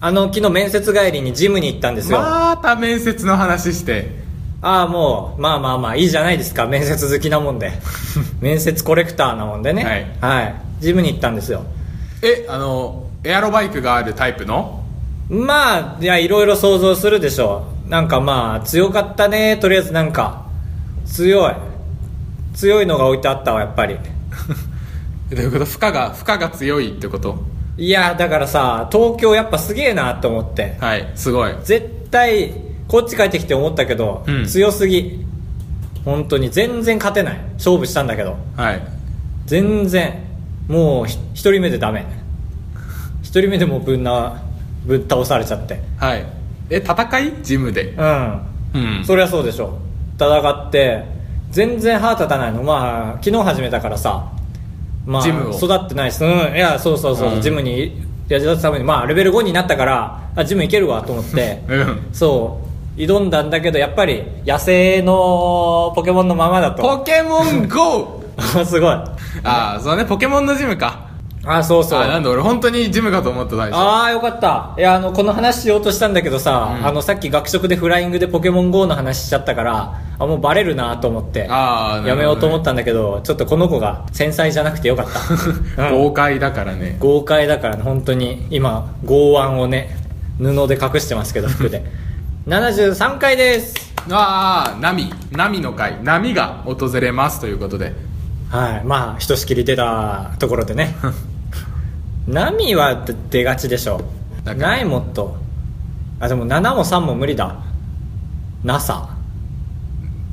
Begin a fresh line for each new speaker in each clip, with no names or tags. あの昨日面接帰りにジムに行ったんですよ、あ
また面接の話して
あーもうまあまあまあいいじゃないですか面接好きなもんで面接コレクターなもんでねはい、ジムに行ったんですよ
えあのエアロバイクがあるタイプの
まあいやいろいろ想像するでしょうなんかまあ強かったねとりあえずなんか強い強いのが置いてあったわやっぱり
えどういうこと負荷が負荷が強いってこと
いやだからさ東京やっぱすげえなと思って
はいすごい
絶対こっち帰ってきて思ったけど、
うん
強すぎ本当に全然勝てない勝負したんだけど
はい
全然もうひ一人目でダメ一人目でもうぶんなぶっ倒されちゃって
はいえ戦いジムで
うん
うん
そりゃそうでしょ戦って全然歯立たないのまあ昨日始めたからさまあ
ジムを
育ってないしうんいやそうそうそう、
うん
ジムにやりだすためにまあレベル5になったからあジム行けるわと思って
うん
そう挑んだんだけどやっぱり野生のポケモンのままだと
ポケモン GO!
すごい
ああそうねポケモンのジムか
あそうそう
あなんだ俺本当にジムかと思った最初
ああよかったいやあのこの話しようとしたんだけどさ、
うん
あのさっき学食でフライングでポケモン GO の話しちゃったからあもうバレるなと思って
あーなるほどね
やめようと思ったんだけどちょっとこの子が繊細じゃなくてよかった、うん
豪快だからね
豪快だからね本当に今剛腕をね布で隠してますけど服 で73回です
ああ波波の回波が訪れますということで
はいまあひとしきり出たところで ね波は出出がちでしょ
だから
ないもっとあでも7も3も無理だ NASA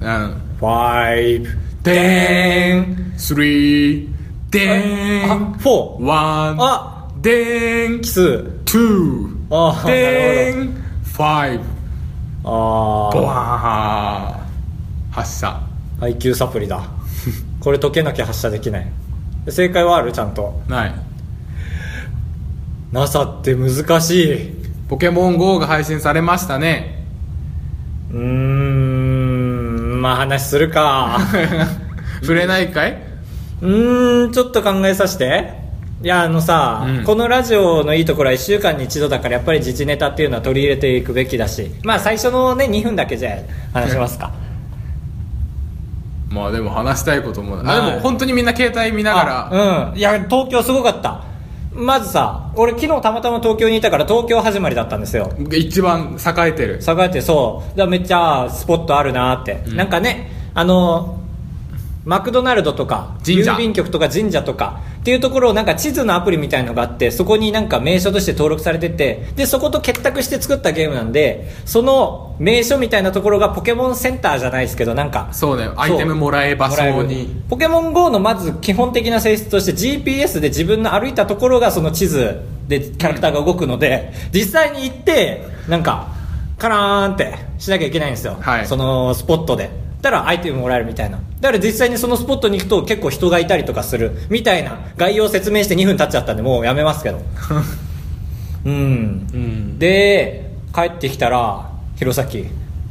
うん
5
でーん3でー
あ
ん
4
1
あ
でーん
奇数
2
あー
で
な
ーん5
あ
ボワーン発射
あ IQ サプリだこれ解けなきゃ発射できない正解はあるちゃんと
ない
NASA って難しいう
ポケモン GO が配信されましたね
ーんまあ話するか
触れないかいう
ーんちょっと考えさせていやあのさ、
うん
このラジオのいいところは1週間に1度だからやっぱり自治ネタっていうのは取り入れていくべきだしまあ最初のね2分だけじゃあ話しますか
まあでも話したいこともない
は
あ
い
でも本当にみんな携帯見ながら
あうんいや東京すごかったまずさ俺昨日たまたま東京にいたから東京始まりだったんですよ
一番栄えてる
栄えてそうだからめっちゃスポットあるなって、
うん
なんかねあのマクドナルドとか
神社
郵便局とか神社とかっていうところをなんか地図のアプリみたいのがあってそこになんか名所として登録されててでそこと結託して作ったゲームなんでその名所みたいなところがポケモンセンターじゃないですけどなんか
そうねアイテムもらえ場
もらえ
所
る
に
ポケモン GO のまず基本的な性質として GPS で自分の歩いたところがその地図でキャラクターが動くので、実際に行ってなんかカラーンってしなきゃいけないんですよ、
はい
そのスポットでだからアイテムもらえるみたいなだから実際にそのスポットに行くと結構人がいたりとかするみたいな概要を説明して2分経っちゃったんでもうやめます けどうん
うん
で帰ってきたら弘前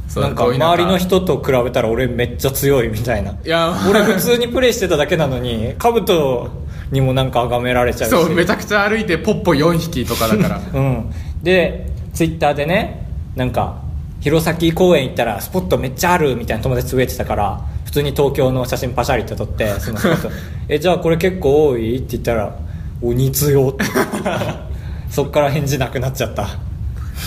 そう
なんか
遠いな
周りの人と比べたら俺めっちゃ強いみたいない
や
俺普通にプレイしてただけなのに兜にもなんか崇められちゃうし
そうめちゃくちゃ歩いてポッポ4匹とかだから
うん、でツイッターでねなんか弘前公園行ったらスポットめっちゃあるみたいな友達増えてたから普通に東京の写真パシャリって撮ってそのスポ ットえじゃあこれ結構多いって言ったら「鬼強」 ってそっから返事なくなっちゃった、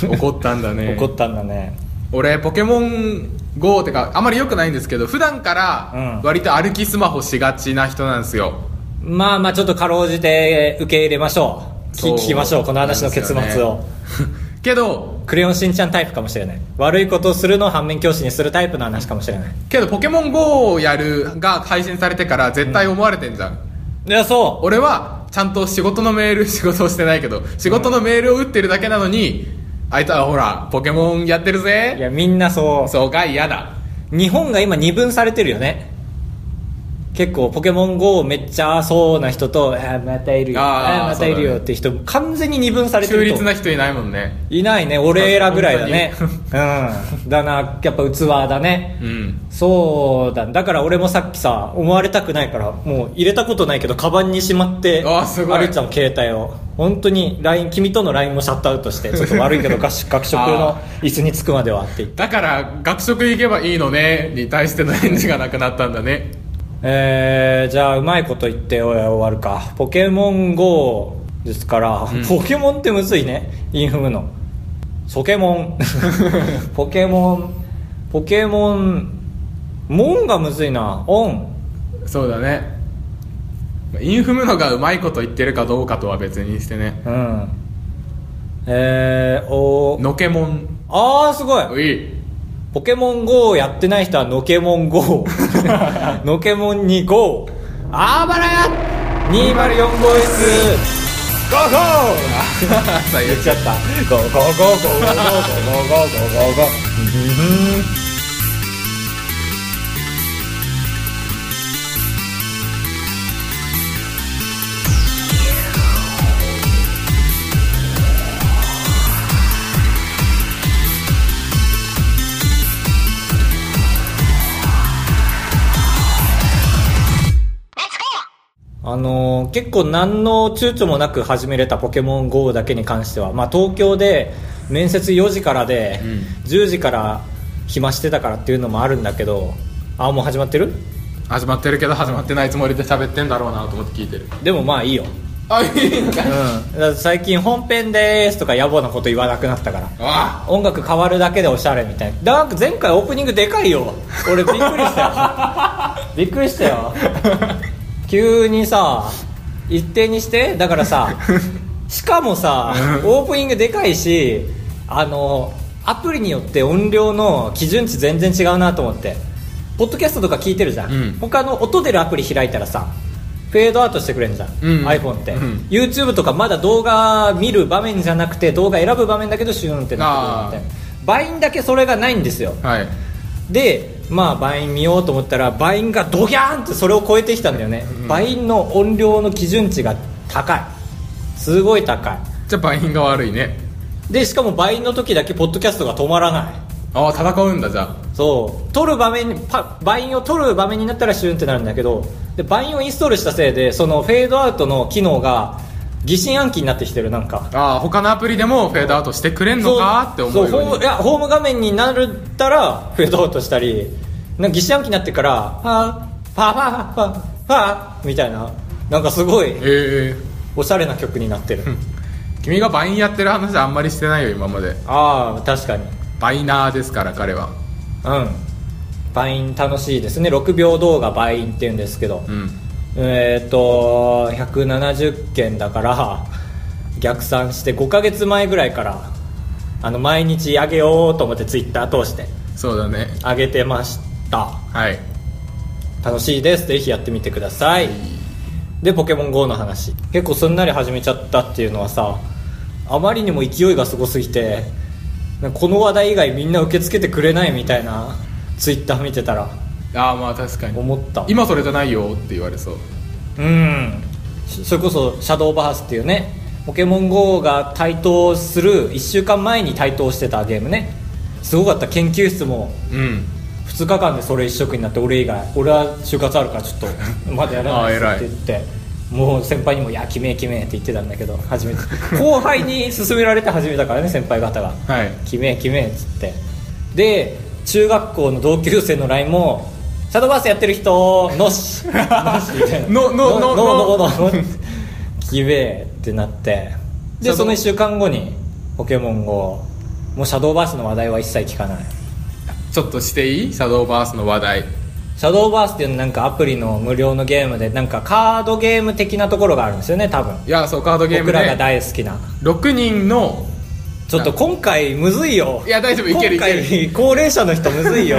怒ったんだね
怒ったんだね
俺ポケモン GO ってかあまり良くないんですけど普段から
うん
割と歩きスマホしがちな人なんですよ、
まあまあちょっとかろうじて受け入れましょう
そ
聞
う
聞きましょうこの話の結
なんです
末
よ
を、
ねけど
クレヨンしんちゃんタイプかもしれない悪いことをするのを反面教師にするタイプの話かもしれない
けどポケモン GO をやるが配信されてから絶対思われてんじゃん、
いやそ
俺はちゃんと仕事のメール 仕事をしてないけど仕事のメールを打ってるだけなのに、あいつはほらポケモンやってる
うい
ぜ
やみんなそう
そうが嫌だ
日本が今二分されてるよね結構ポケモン GO めっちゃそうな人と「あーまたいるよ
あー
あーまたいる
そうだ
よ」
ね
って人完全に二分されて
中
る
立
と
な人いないもんね
いないね俺らぐらいだ ね
本
うんだなやっぱ器だね
うん
そうだだから俺もさっきさ思われたくないからもう入れたことないけどカバンにしまって
あーすごい
歩いてたの携帯を本当に LINE 君との LINE もシャットアウト してちょっと悪いけど学食学食の椅子につくまではって言って
だから学食行けばいいのねに対しての返事がなくなったんだね
えー、じゃあうまいこと言って終わるかポケモン GO ですから、
ん
ポケモンってむずいねインフムのソケモ ンポケモンポケモンモンがむずいなオン
そうだねインフムのがうまいこと言ってるかどうかとは別にしてね
うんえー、お
のけもん
あーすごいう
い
ポケモン GO をやってない人はのけもん GO のけもんに GO あばらや204号室ゴーゴー
さあ言
言
っ
っ
ち
ち
ゃ
ゃ
っ
ったゴーゴーゴーゴーゴーゴーゴーゴーゴーゴーあのー結構何の躊躇もなく始めれたポケモン GO だけに関しては、まあ、東京で面接4時からで、
うん
10時から暇してたからっていうのもあるんだけどあもう始まってる
た始まってるけど始まってないつもりで喋ってんだろうなと思って聞いてる
でもまあいいよ、
あいいんか
うん、だから最近本編でーすとか野暮なこと言わなくなったから
あ
音楽変わるだけでおしゃれみたいななんか前回オープニングでかいよ俺びっくりした よびっくりしたよ急にさ一定にしてだからさしかもさオープニングでかいしあのアプリによって音量の基準値全然違うなと思ってポッドキャストとか聞いてるじゃん、
うん
他の音出るアプリ開いたらさフェードアウトしてくれるじゃん、
うん
iPhone って、
うん
YouTube とかまだ動画見る場面じゃなくて動画選ぶ場面だけどシュンってなってくるみたいなバインだけそれがないんですよ
はい
でまあバイン見ようと思ったらバインがドギャーンってそれを超えてきたんだよね、バインの音量の基準値が高いすごい高い
じゃあバインが悪いね
でしかもバインの時だけポッドキャストが止まらない
ああ戦うんだじゃあ
そう取る場面にパバインを取る場面になったらシュンってなるんだけどでバインをインストールしたせいでそのフェードアウトの機能が疑心暗鬼になってきてるなんか
ああ他のアプリでもフェードアウトしてくれんのかって思う
そう
よ
ホー
う
ムい
に
やホーム画面になるったらフェードアウトしたりなんか疑心暗鬼になってからパーパーパーパーパーパーみたいななんかすごい
ええ
おしゃれな曲になってる
君がバインやってる話あんまりしてないよ今まで
ああ確かに
バイナーですから彼は
うんバイン楽しいですね6秒動画バインって言うんですけど、
うん
えっ、と170件だから逆算して5ヶ月前ぐらいからあの毎日上げようと思ってツイッター通して
そうだね
上げてました
はい
楽しいですぜひやってみてくださいで「ポケモン GO」の話結構すんなり始めちゃったっていうのはさあまりにも勢いがすごすぎてなんかこの話題以外みんな受け付けてくれないみたいなツイッター見てたら
ああまあ確かに
思った
今それじゃないよって言われそう
うんしそれこそ「シャドーバース」っていうね「ポケモン GO」が台頭する1週間前に台頭してたゲームねすごかった研究室も
うん
2日間でそれ一色になって俺以外俺は就活あるからちょっ とまだやらない
あー偉
で
い
すって言ってもう先輩にも「いや決めえ決めえ」って言ってたんだけど初めて後輩に勧められて始めたからね先輩方が
はい
「決めえ決めえ」っつってで中学校の同級生の LINE も「シャドーバースやってる人のし」 のしみたいな
ののの
のの
の
のの決めえってなってでその1週間後に「ポケモン GO」もうシャドーバースの話題は一切聞かない
ちょっとしていいシャドーバースの話題
シャドーバースっていうのなんかアプリの無料のゲームでなんかカードゲーム的なところがあるんですよね多分
いやそうカードゲーム
僕らが
で
大好きな
6人の
ちょっと今回むずいよ
いや大丈夫いける
今回
いけ
高齢者の人むずい よ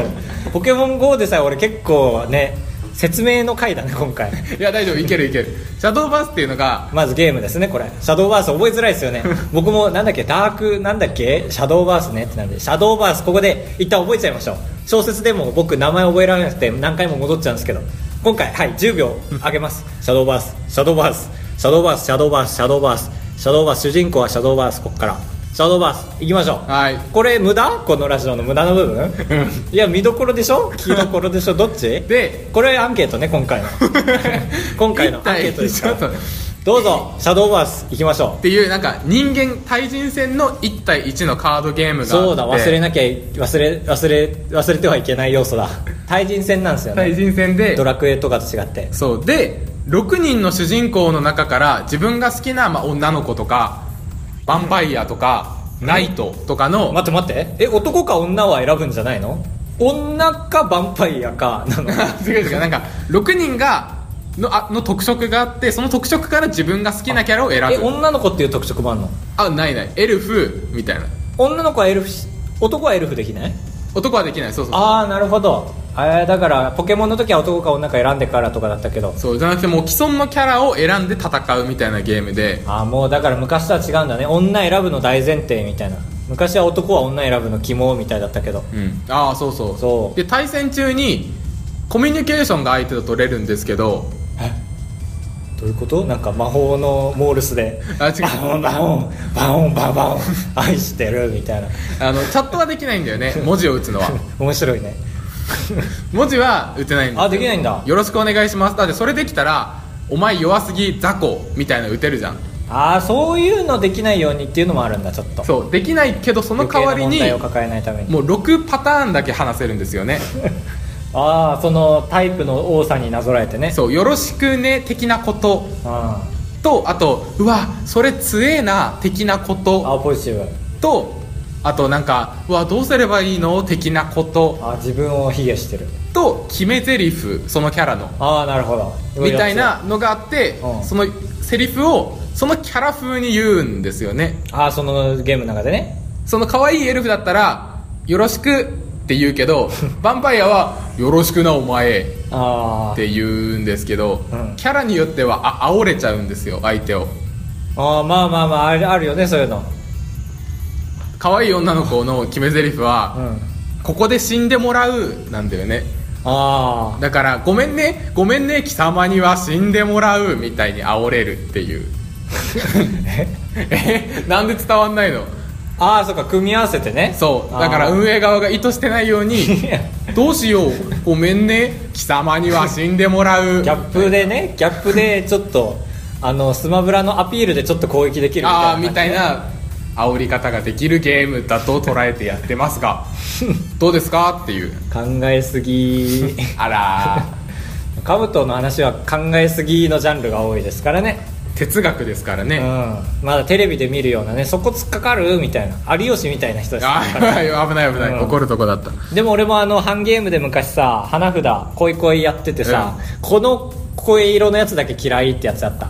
ポケモン GO でさえ俺結構ね説明の回だね今回
いや大丈夫いけるいけるシャドーバースっていうのが
まずゲームですねこれシャドーバース覚えづらいですよね僕もなんだっけダークなんだっけシャドーバースねってなるんでシャドーバースここで一旦覚えちゃいましょう小説でも僕名前覚えられなくて何回も戻っちゃうんですけど今回はい10秒あげますシャドーバースシャドーバースシャドーバースシャドーバースシャドーバースシャドーバース主人公はシャドーバースここからシャドーバースいきましょう
はい
これ無駄このラジオの無駄の部分いや見どころでしょ聞きどころでしょどっち
で
これアンケートね今回の今回のアンケートですから
一体ちょっと
どうぞシャドーバース行きましょ
っていうなんか人間対人戦の1対1のカードゲームがあ
う
って
そうだ忘れなきゃ忘れ忘れ忘れてはいけない要素だ対人戦なんですよ
対
ね
人戦で
ドラクエとかと違って
そうで6人の主人公の中から自分が好きな、まあ、女の子とかヴァンパイアとか、ナイトとかの、
待って待ってえ男か女は選ぶんじゃないの女かヴァンパイアかなの
違う違うなんか6人がのあの特色があってその特色から自分が好きなキャラを選
え
ぶ
女の子っていう特色もあんの
あないないエルフみたいな
女の子はエルフし男はエルフできない
男はできないそうそう
ああなるほどえーだからポケモンの時は男か女か選んでからとかだったけど
そうじゃなくてもう既存のキャラを選んで戦うみたいなゲームで
ああもうだから昔とは違うんだね女選ぶの大前提みたいな昔は男は女選ぶの肝みたいだったけど
うん、ああそうそう
そう
で対戦中にコミュニケーションが相手と取れるんですけど
どういうことなんか魔法のモールスで
あ違う
バオンバオンバオンババオン愛してるみたいな
あのチャットはできないんだよ ね文字を打つのは
面白いね
文字は打てないんだ
あできないんだ
よろしくお願いしますだってそれできたらお前弱すぎ雑魚みたいなの打てるじゃん
ああそういうのできないようにっていうのもあるんだちょっと
そうできないけどその代わりに
余計な問題を抱えないために
もう6パターンだけ話せるんですよね
ああそのタイプの多さになぞらえてね
そうよろしくね的なこと
あ
とあとうわそれ強えな的なこと
あ青ポジティブ
とあとなんか「うわどうすればいいの?」的なこと
あー自分を卑下してる
と決め台詞そのキャラの
ああなるほど
みたいなのがあって
うん
そのセリフをそのキャラ風に言うんですよね
ああそのゲームの中でね
その可愛いエルフだったら「よろしく」って言う けどヴァンパイアは「よろしくなお前」
あ
っ
ー
て言うんですけど、
うん
キャラによってはあ煽れちゃうんですよ相手を
あーまあまあまああるあるよねそういうの
可愛い女の子の決め台詞は、
うん
ここで死んでもらう」なんだよね
あ
だから「ごめんねごめんね貴様には死んでもらう」みたいに煽れるっていうえなんで伝わんないの
あああそうか組み合わせてね
そうだから
あー
運営側が意図してないように
いや
「どうしようごめんね貴様には死んでもらう」
ギャップでねギャップでちょっとあのスマブラのアピールでちょっと攻撃できるみたいな
ああみたいな煽り方ができるゲームだと捉えてやってます がどうですかっていう
考えす ぎ
あら
カブトの話は考えすぎのジャンルが多いですからね
ー哲学ですから
うん
ね、
まだテレビで見るようなねそこ突っかかるみたいな有吉みたいな人です
あー危ない危ない、
うん
怒るとこだった
でも俺もあの半ゲームで昔さ花札恋恋やっててさ、
う
この声色のやつだけ嫌いってやつあった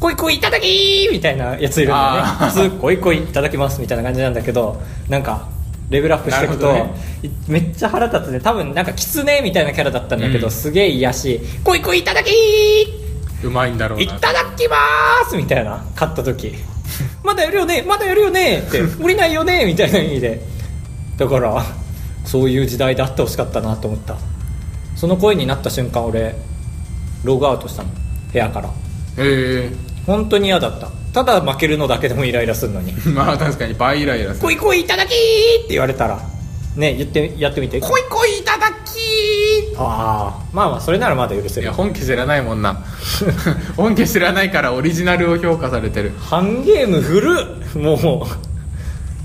恋恋いただきーみたいなやついるんだよね
あー
普通恋恋いただきますみたいな感じなんだけどなんかレベルアップしていくと、
なるほど
いめっちゃ腹立つね多分なんか狐みたいなキャラだったんだけど、
うん
すげえ癒やし恋恋いただきー
うまいんだろう
い
な
ただきまーすみたいな買った時まだやるよねまだやるよねって降りないよねみたいな意味でだからそういう時代であってほしかったなと思ったその声になった瞬間俺ログアウトしたの部屋から
え
本当に嫌だったただ負けるのだけでもイライラするのに
え まあ確かに倍イライラ
「
する
こいこいいただき!」って言われたらね言ってやってみて「こ
恋恋いただき
ああまあまあそれならまだ許せ
い
る
や本家知らないもんな 本家知らないからオリジナルを評価されてる
半ゲーム振るも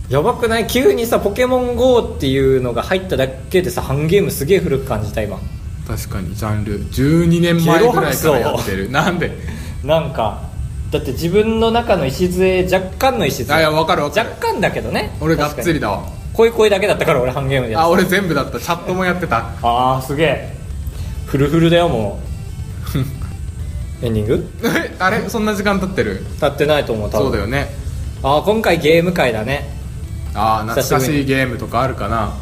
うやばくない急にさ「ポケモン GO」っていうのが入っただけでさ半ゲームすげえ古く感じた今
確かにジャンル12年前ぐらいからやってるなんで
なんかだって自分の中の礎若干の礎
あいや分かる分か
若
る
干だけどね
俺がっつり
だ
だわ
恋恋だけだったから俺半ゲームでやっ
あ
て
俺全部だったチャットもやってた
たああすげえフルフルだよも うエンディング
えあれそんな時間経ってる
経ってないと思う多分
そうだよね
ああ今回ゲーム会だね
ああ懐かしいゲームとかあるかな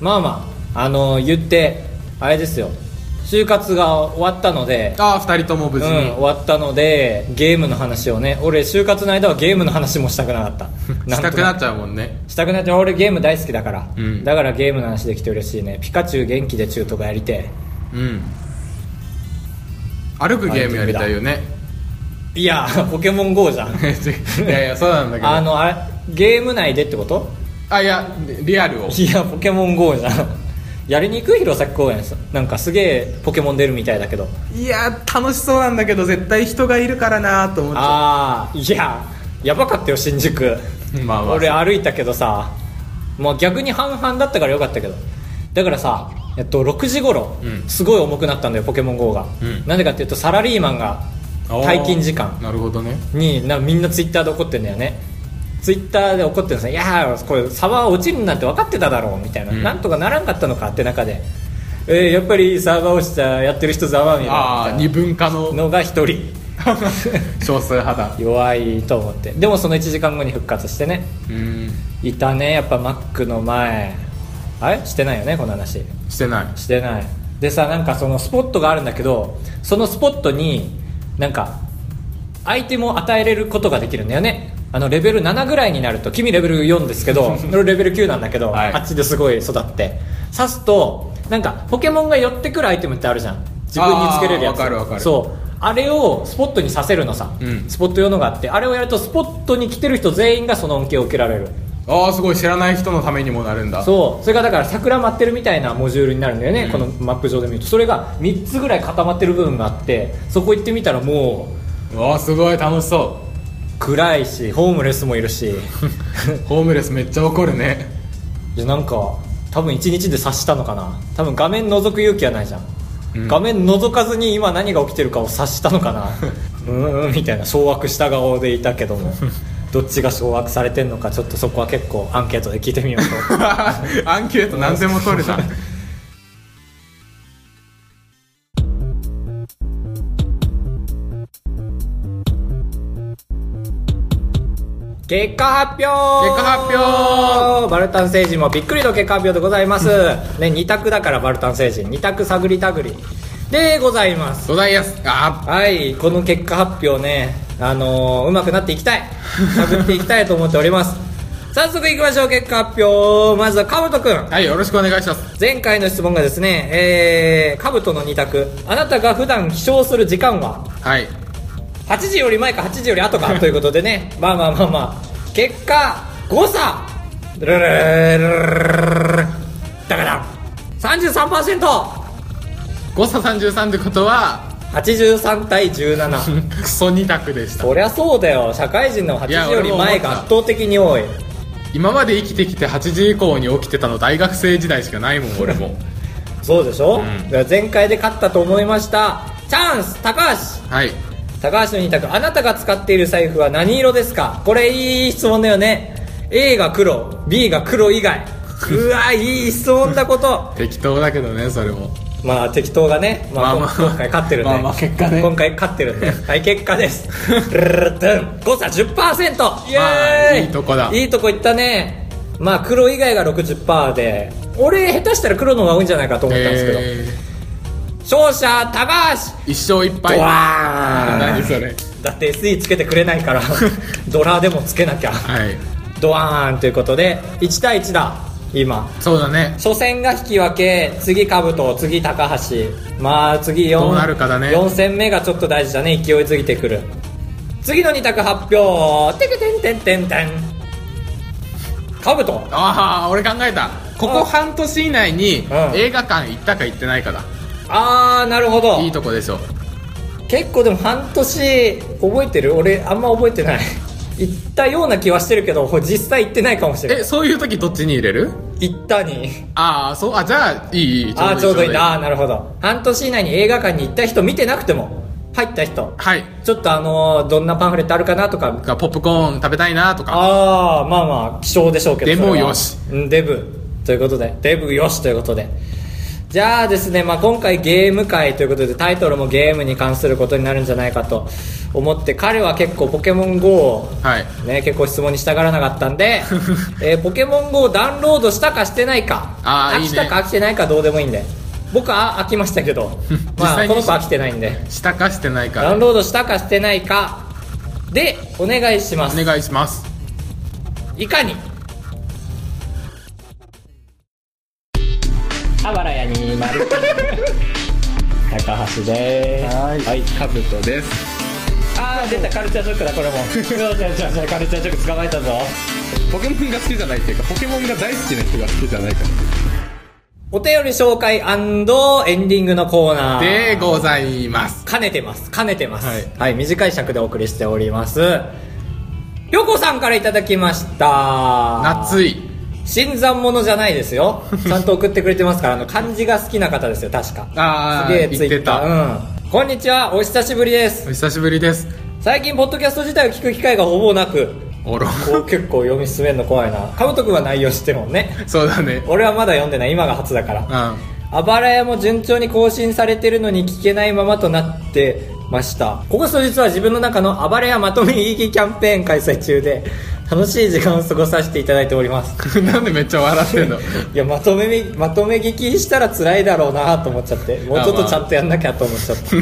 まあまああの言ってあれですよ就活が終わったので
ああ2人とも無事
うん、
に、
終わったのでゲームの話をね俺就活の間はゲームの話もしたくなかった
し
な
た
ん
く
と
な
な
っちゃうもんね
したくなって俺ゲーム大好きだから、
うん
だからゲームの話できて嬉しいねピカチュウ元気で中とかやりて
うん歩くゲームやりたいよね
えいや ポケモン GO じゃん
いやいやそうなんだけど
あ
あ
のあれゲーム内でってこと
いやリアルを
いやポケモン GO じゃんやりに行く弘前公園さなんかすげえポケモン出るみたいだけど
いやー楽しそうなんだけど絶対人がいるからなーと思っちゃ
ああいややばかったよ新宿
うまあまあ
俺歩いたけどさもう逆に半々だったからよかったけどだからさ、えっと、6時頃、
うん
すごい重くなったんだよポケモン GO が、
うん
なんでかっていうとサラリーマンが
あー
退勤時間
なるほどね
になみんなツイッターで怒ってんだよねツイッターで怒ってるんですよいやーこれ差は落ちるなんて分かってただろうみたいな、
うん
なんとかならんかったのかって中で、えーやっぱりサーバー落ちたやってる人ざわみ
ああ
た
二
い
分化の
なのが1人
少数派だ
弱いと思ってでもその1時間後に復活してね
うん
いたねやっぱマックの前あれしてないよねこの話
してない
してないでさなんかそのスポットがあるんだけどそのスポットになんかアイテムを与えれることができるんだよねあのレベル7ぐらいになると君レベル4ですけ ど俺レベル9なんだけど、
はい
あっちですごい育って刺すとなんかポケモンが寄ってくるアイテムってあるじゃん自分につけれるやつ
あーわかるわかる
そうあれをスポットにさせるのさ、
うん
スポット用のがあってあれをやるとスポットに来てる人全員がその恩恵を受けられる
ああすごい知らない人のためにもなるんだ
そうそれがだから桜舞ってるみたいなモジュールになるんだよね、このマップ上で見るとそれが3つぐらい固まってる部分があってそこ行ってみたらもう
うわあすごい楽しそ
暗いしホームレスもいるし
う ホームレスめっちゃ怒るね
いやなんか多分1日で察したのかな多分画面覗く勇気はないじゃん、
うん
画面覗かずに今何が起きてるかを察したのかなうーんみたいな掌握した顔でいたけどもどっちが掌握されてんのかちょっとそこは結構アンケートで聞いてみようと
アンケート何でも取るな
結果発表結
果発
バルタン星人もびっくりの結果発表でございますね2択だからバルタン星人2択探り探りでございます
土台やすあ
はいこの結果発表ねあのー、うまくなっていきたい探っていきたいと思っております 早速いきましょう結果発表まずはカブトくん
ーはいよろしくお願いします
前回の質問がですねえー、カブトの2択あなたが普段起床する時間は
はい
8時より前か8時より後かということでねまあまあまあまあ結果誤差ルルルルだから
誤差33ってことは
33%83 対17
クソ2択でした
そりゃそうだよ社会人の8時
いや
より前が圧倒的に多い
今まで生きてきて8時以降に起きてたの大学生時代しかないもん俺 も
そうでしょ、
うん
だから前回で勝ったと思いましたチャンス高橋
はい
高橋の2択あなたが使っている財布は何色ですかこれいい質問だよね A が黒 B が黒以外うわいい質問だこと
適当だけどねそれも
まあ適当がね、まあ、
まあまあ
今回勝ってるんで、
まあまあ結果ね
今回勝ってる んで、はい、結果です。ルルルルルン誤差10%イエーイ、
まあいいとこだ
いいとこいったね。まあ黒以外が60%で、俺下手したら黒の方が多いんじゃないかと思ったんですけど、
え
勝者、高橋
ー一生いっぱい
ドワーン
何それ
だって SE つけてくれない から、ドラでもつけなきゃ、
はい
ドワーンということで、1対1だ、今。
そうだね
初戦が引き分け次兜次高橋まあ次4
どうなるかだね
4戦目がちょっと大事だね勢いづいてくる次の2択発表てけてんてんてんてん兜
ああ俺考えたここ半年以内に
うん
映画館行ったか行ってないかだ
ああなるほど
いいとこでしょ
結構でも半年覚えてる俺あんま覚えてない 行ったような気はしてるけど実際行ってないかもしれない
えそういう時どっちに入れる
行ったに
ああそうあじゃあいいいい
ああちょうどいいああーなるほど半年以内に映画館に行った人見てなくても入った人
はい
ちょっとあのーどんなパンフレットあるかなとか
がポップコーン食べたいなとか
ああまあまあ希少でしょうけど
デブ
それは
よし
うんデブということでデブよしということでじゃあですね、まあ、今回ゲーム会ということでタイトルもゲームに関することになるんじゃないかと思って彼は結構ポケモン GO を
はい
ね、結構質問に従らなかったん で、えーポケモン GO をダウンロードしたかしてないか
あー
飽きたか
いい
飽きてないかどうでもいいんで僕は飽きましたけ どま
実
あ
際に
この子飽きてないん で
したかしてないか
ダウン
ら
ロードしたかしてないかでお願いします
お願いします
いかにあばらやにまる高橋で
はいはいカブトです
すあー出たカルチャーショックだこれも違う違う違う違うカルチャーショック捕まえたぞ
ポケモンが好きじゃないっていうかポケモンが大好きな人が好きじゃないから
お便り紹介エンディングのコーナー
でございます
兼ねてます兼ねてますは
はいい、
短い尺でお送りしておりますぴょこさんからいただきました
夏い
新参者じゃないですよちゃんと送ってくれてますからあの漢字が好きな方ですよ確か
あー
すげえ
言
ツ
っ
イ
て
ッタ
た
ーうんこんにちはお久しぶりです
お久しぶりです
最近ポッドキャスト自体を聞く機会がほぼな く
おろ
こう結構読み進めるの怖いなカブト君は内容知ってるもんね
そうだね
俺はまだ読んでない今が初だから
う
あばらやも順調に更新されてるのに聞けないままとなってましたここ数日は自分の中のあばらやまとめ聞きキャンペーン開催中で楽しい時間を過ごさせていただいております
ん なんでめっちゃ笑っ てんの
いやまとめみまとめ聞きしたら辛いだろうなと思っちゃってもうちょっとちゃんとやんなきゃと思っちゃっ
確か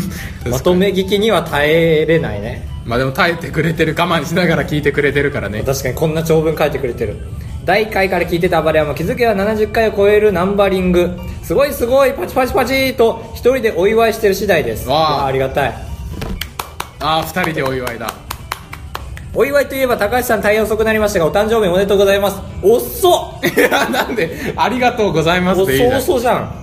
た
に
まとめ聞きには耐えれないね
まあでも耐えてくれてる我慢しながら聞いてくれてるからね
確かにこんな長文書いてくれてる第1回から聞いてた暴れ山気づけば70回を超えるナンバリングすごいすごいパチパチパチーと一人でお祝いしてる次第です
わあ
いやありがたい
ああ二人でお祝いだ
お祝いといえば高橋さん対応遅くなりましたがお誕生日おめでとうございますおっそ
いやなんで「ありがとうございます」
お
でいいじ
そ
ゃ
うんそうじゃん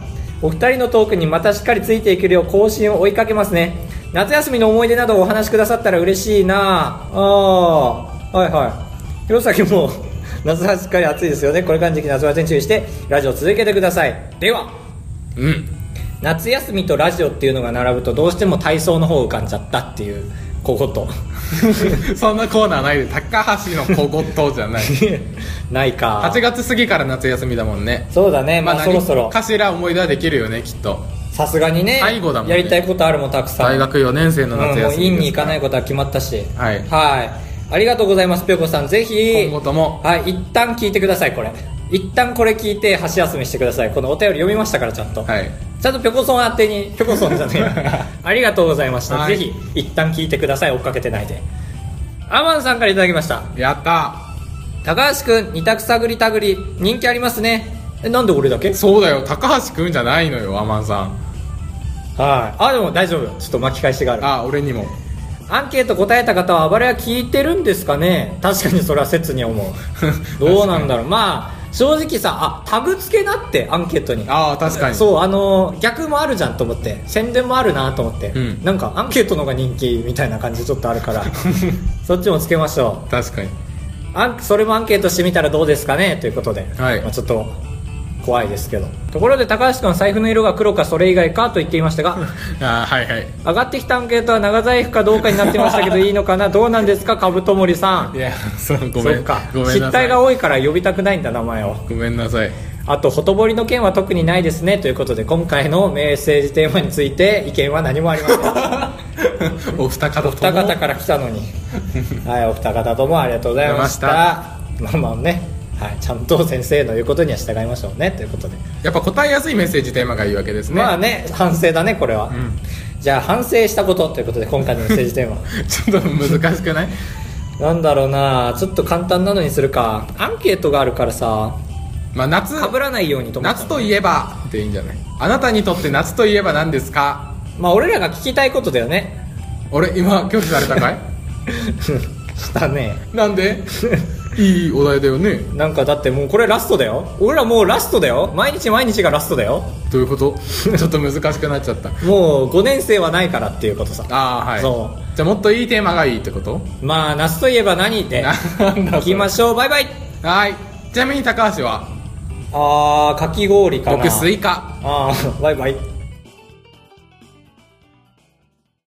お二人のトークにまたしっかりついていけるよう更新を追いかけますね夏休みの思い出などをお話しくださったら嬉しいなああーはいはい弘前も夏はしっかり暑いですよねこれからの時期夏バテに注意してラジオ続けてくださいでは
うん
夏休みとラジオっていうのが並ぶとどうしても体操の方を浮かんじゃったっていう小言
そんなコーナーないで高橋の小言じ ゃない
ないか
8月過ぎから夏休みだもんね
そうだねまあ、そろそろ
何かしら思い出はできるよねきっと
さすがにね
最後だもんね
やりたいことあるもんたくさん
大学4年生の夏
うん、もう
休み
院に行
です
からないことは決まったし
はい
はいありがとうございますぴょこさんぜひ
今後とも
はい一旦聞いてくださいこれ一旦これ聞いて箸休めしてくださいこのお便り読みましたからちゃんと、
はい
ちゃんとぴょこそん宛てにぴょこそんじゃねえ やありがとうございました、
はい
ぜひ一旦聞いてください追っかけてないでアマンさんからいただきました
やった
高橋くん二択探り探り人気ありますねえなんで俺だけはい
そうだよ高橋くんじゃないのよアマンさん
あでも大丈夫ちょっと巻き返しがある
あ俺にも
アンケート答えた方は暴れは聞いてるんですかね確かにそれは切に 思うどうなんだろうまあ正直さあタグ付けだってアンケートに
ああ確かに
そうあのー逆もあるじゃんと思って宣伝もあるなと思って、
うん
なんかアンケートの方が人気みたいな感じちょっとある からそっちもつけましょう
確かに
アンそれもアンケートしてみたらどうですかねということで、
はい
まあ、ちょっと怖いですけどところで高橋君は財布の色が黒かそれ以外かと言っていま したが
あーはいはい
上がってきたアンケートは長財布かどうかになってましたけどいいのかなどうなんですかカブトモリさん
いやそうごめ
そっ
ん
か
ごめん
失
なさ
態
い
が多いから呼びたくないんだ名前を
ごめんな さい
あとほとぼりの件は特にないですねということで今回のメッセージテーマについて意見は何もありま せん
お二
お
方とも
二方から来たのにはいお二方ともありがとうございました
あ
まあまあね、はい、ちゃんと先生の言うことには従いましょうねということで、
やっぱ答えやすいメッセージテーマがいいわけですね、
まあね反省だねこれは、
ん
じゃあ反省したことということで今回のメッセージテーマ
ちょっと難しくない
なんだろうなちょっと簡単なのにするかアンケートがあるからさ
まあ夏
被らないようにと思った
夏といえばでいいんじゃないあなたにとって夏といえば何ですか
まあ俺らが聞きたいことだよね
俺今拒否されたかい
したね
なん でいいお題だよね
なんかだってもうこれラストだよ俺らもうラストだよ毎日毎日がラストだよ
どういうことちょっと難しくなっちゃった
もう5年生はないからっていうことさ
ああはい
そ
じゃあもっといいテーマがいいってこと
まあ夏といえば何で
なんだ
行きましょうバイバイ
それはいちなみに高橋は
あーかき氷かな
僕スイカ
あーバイバイ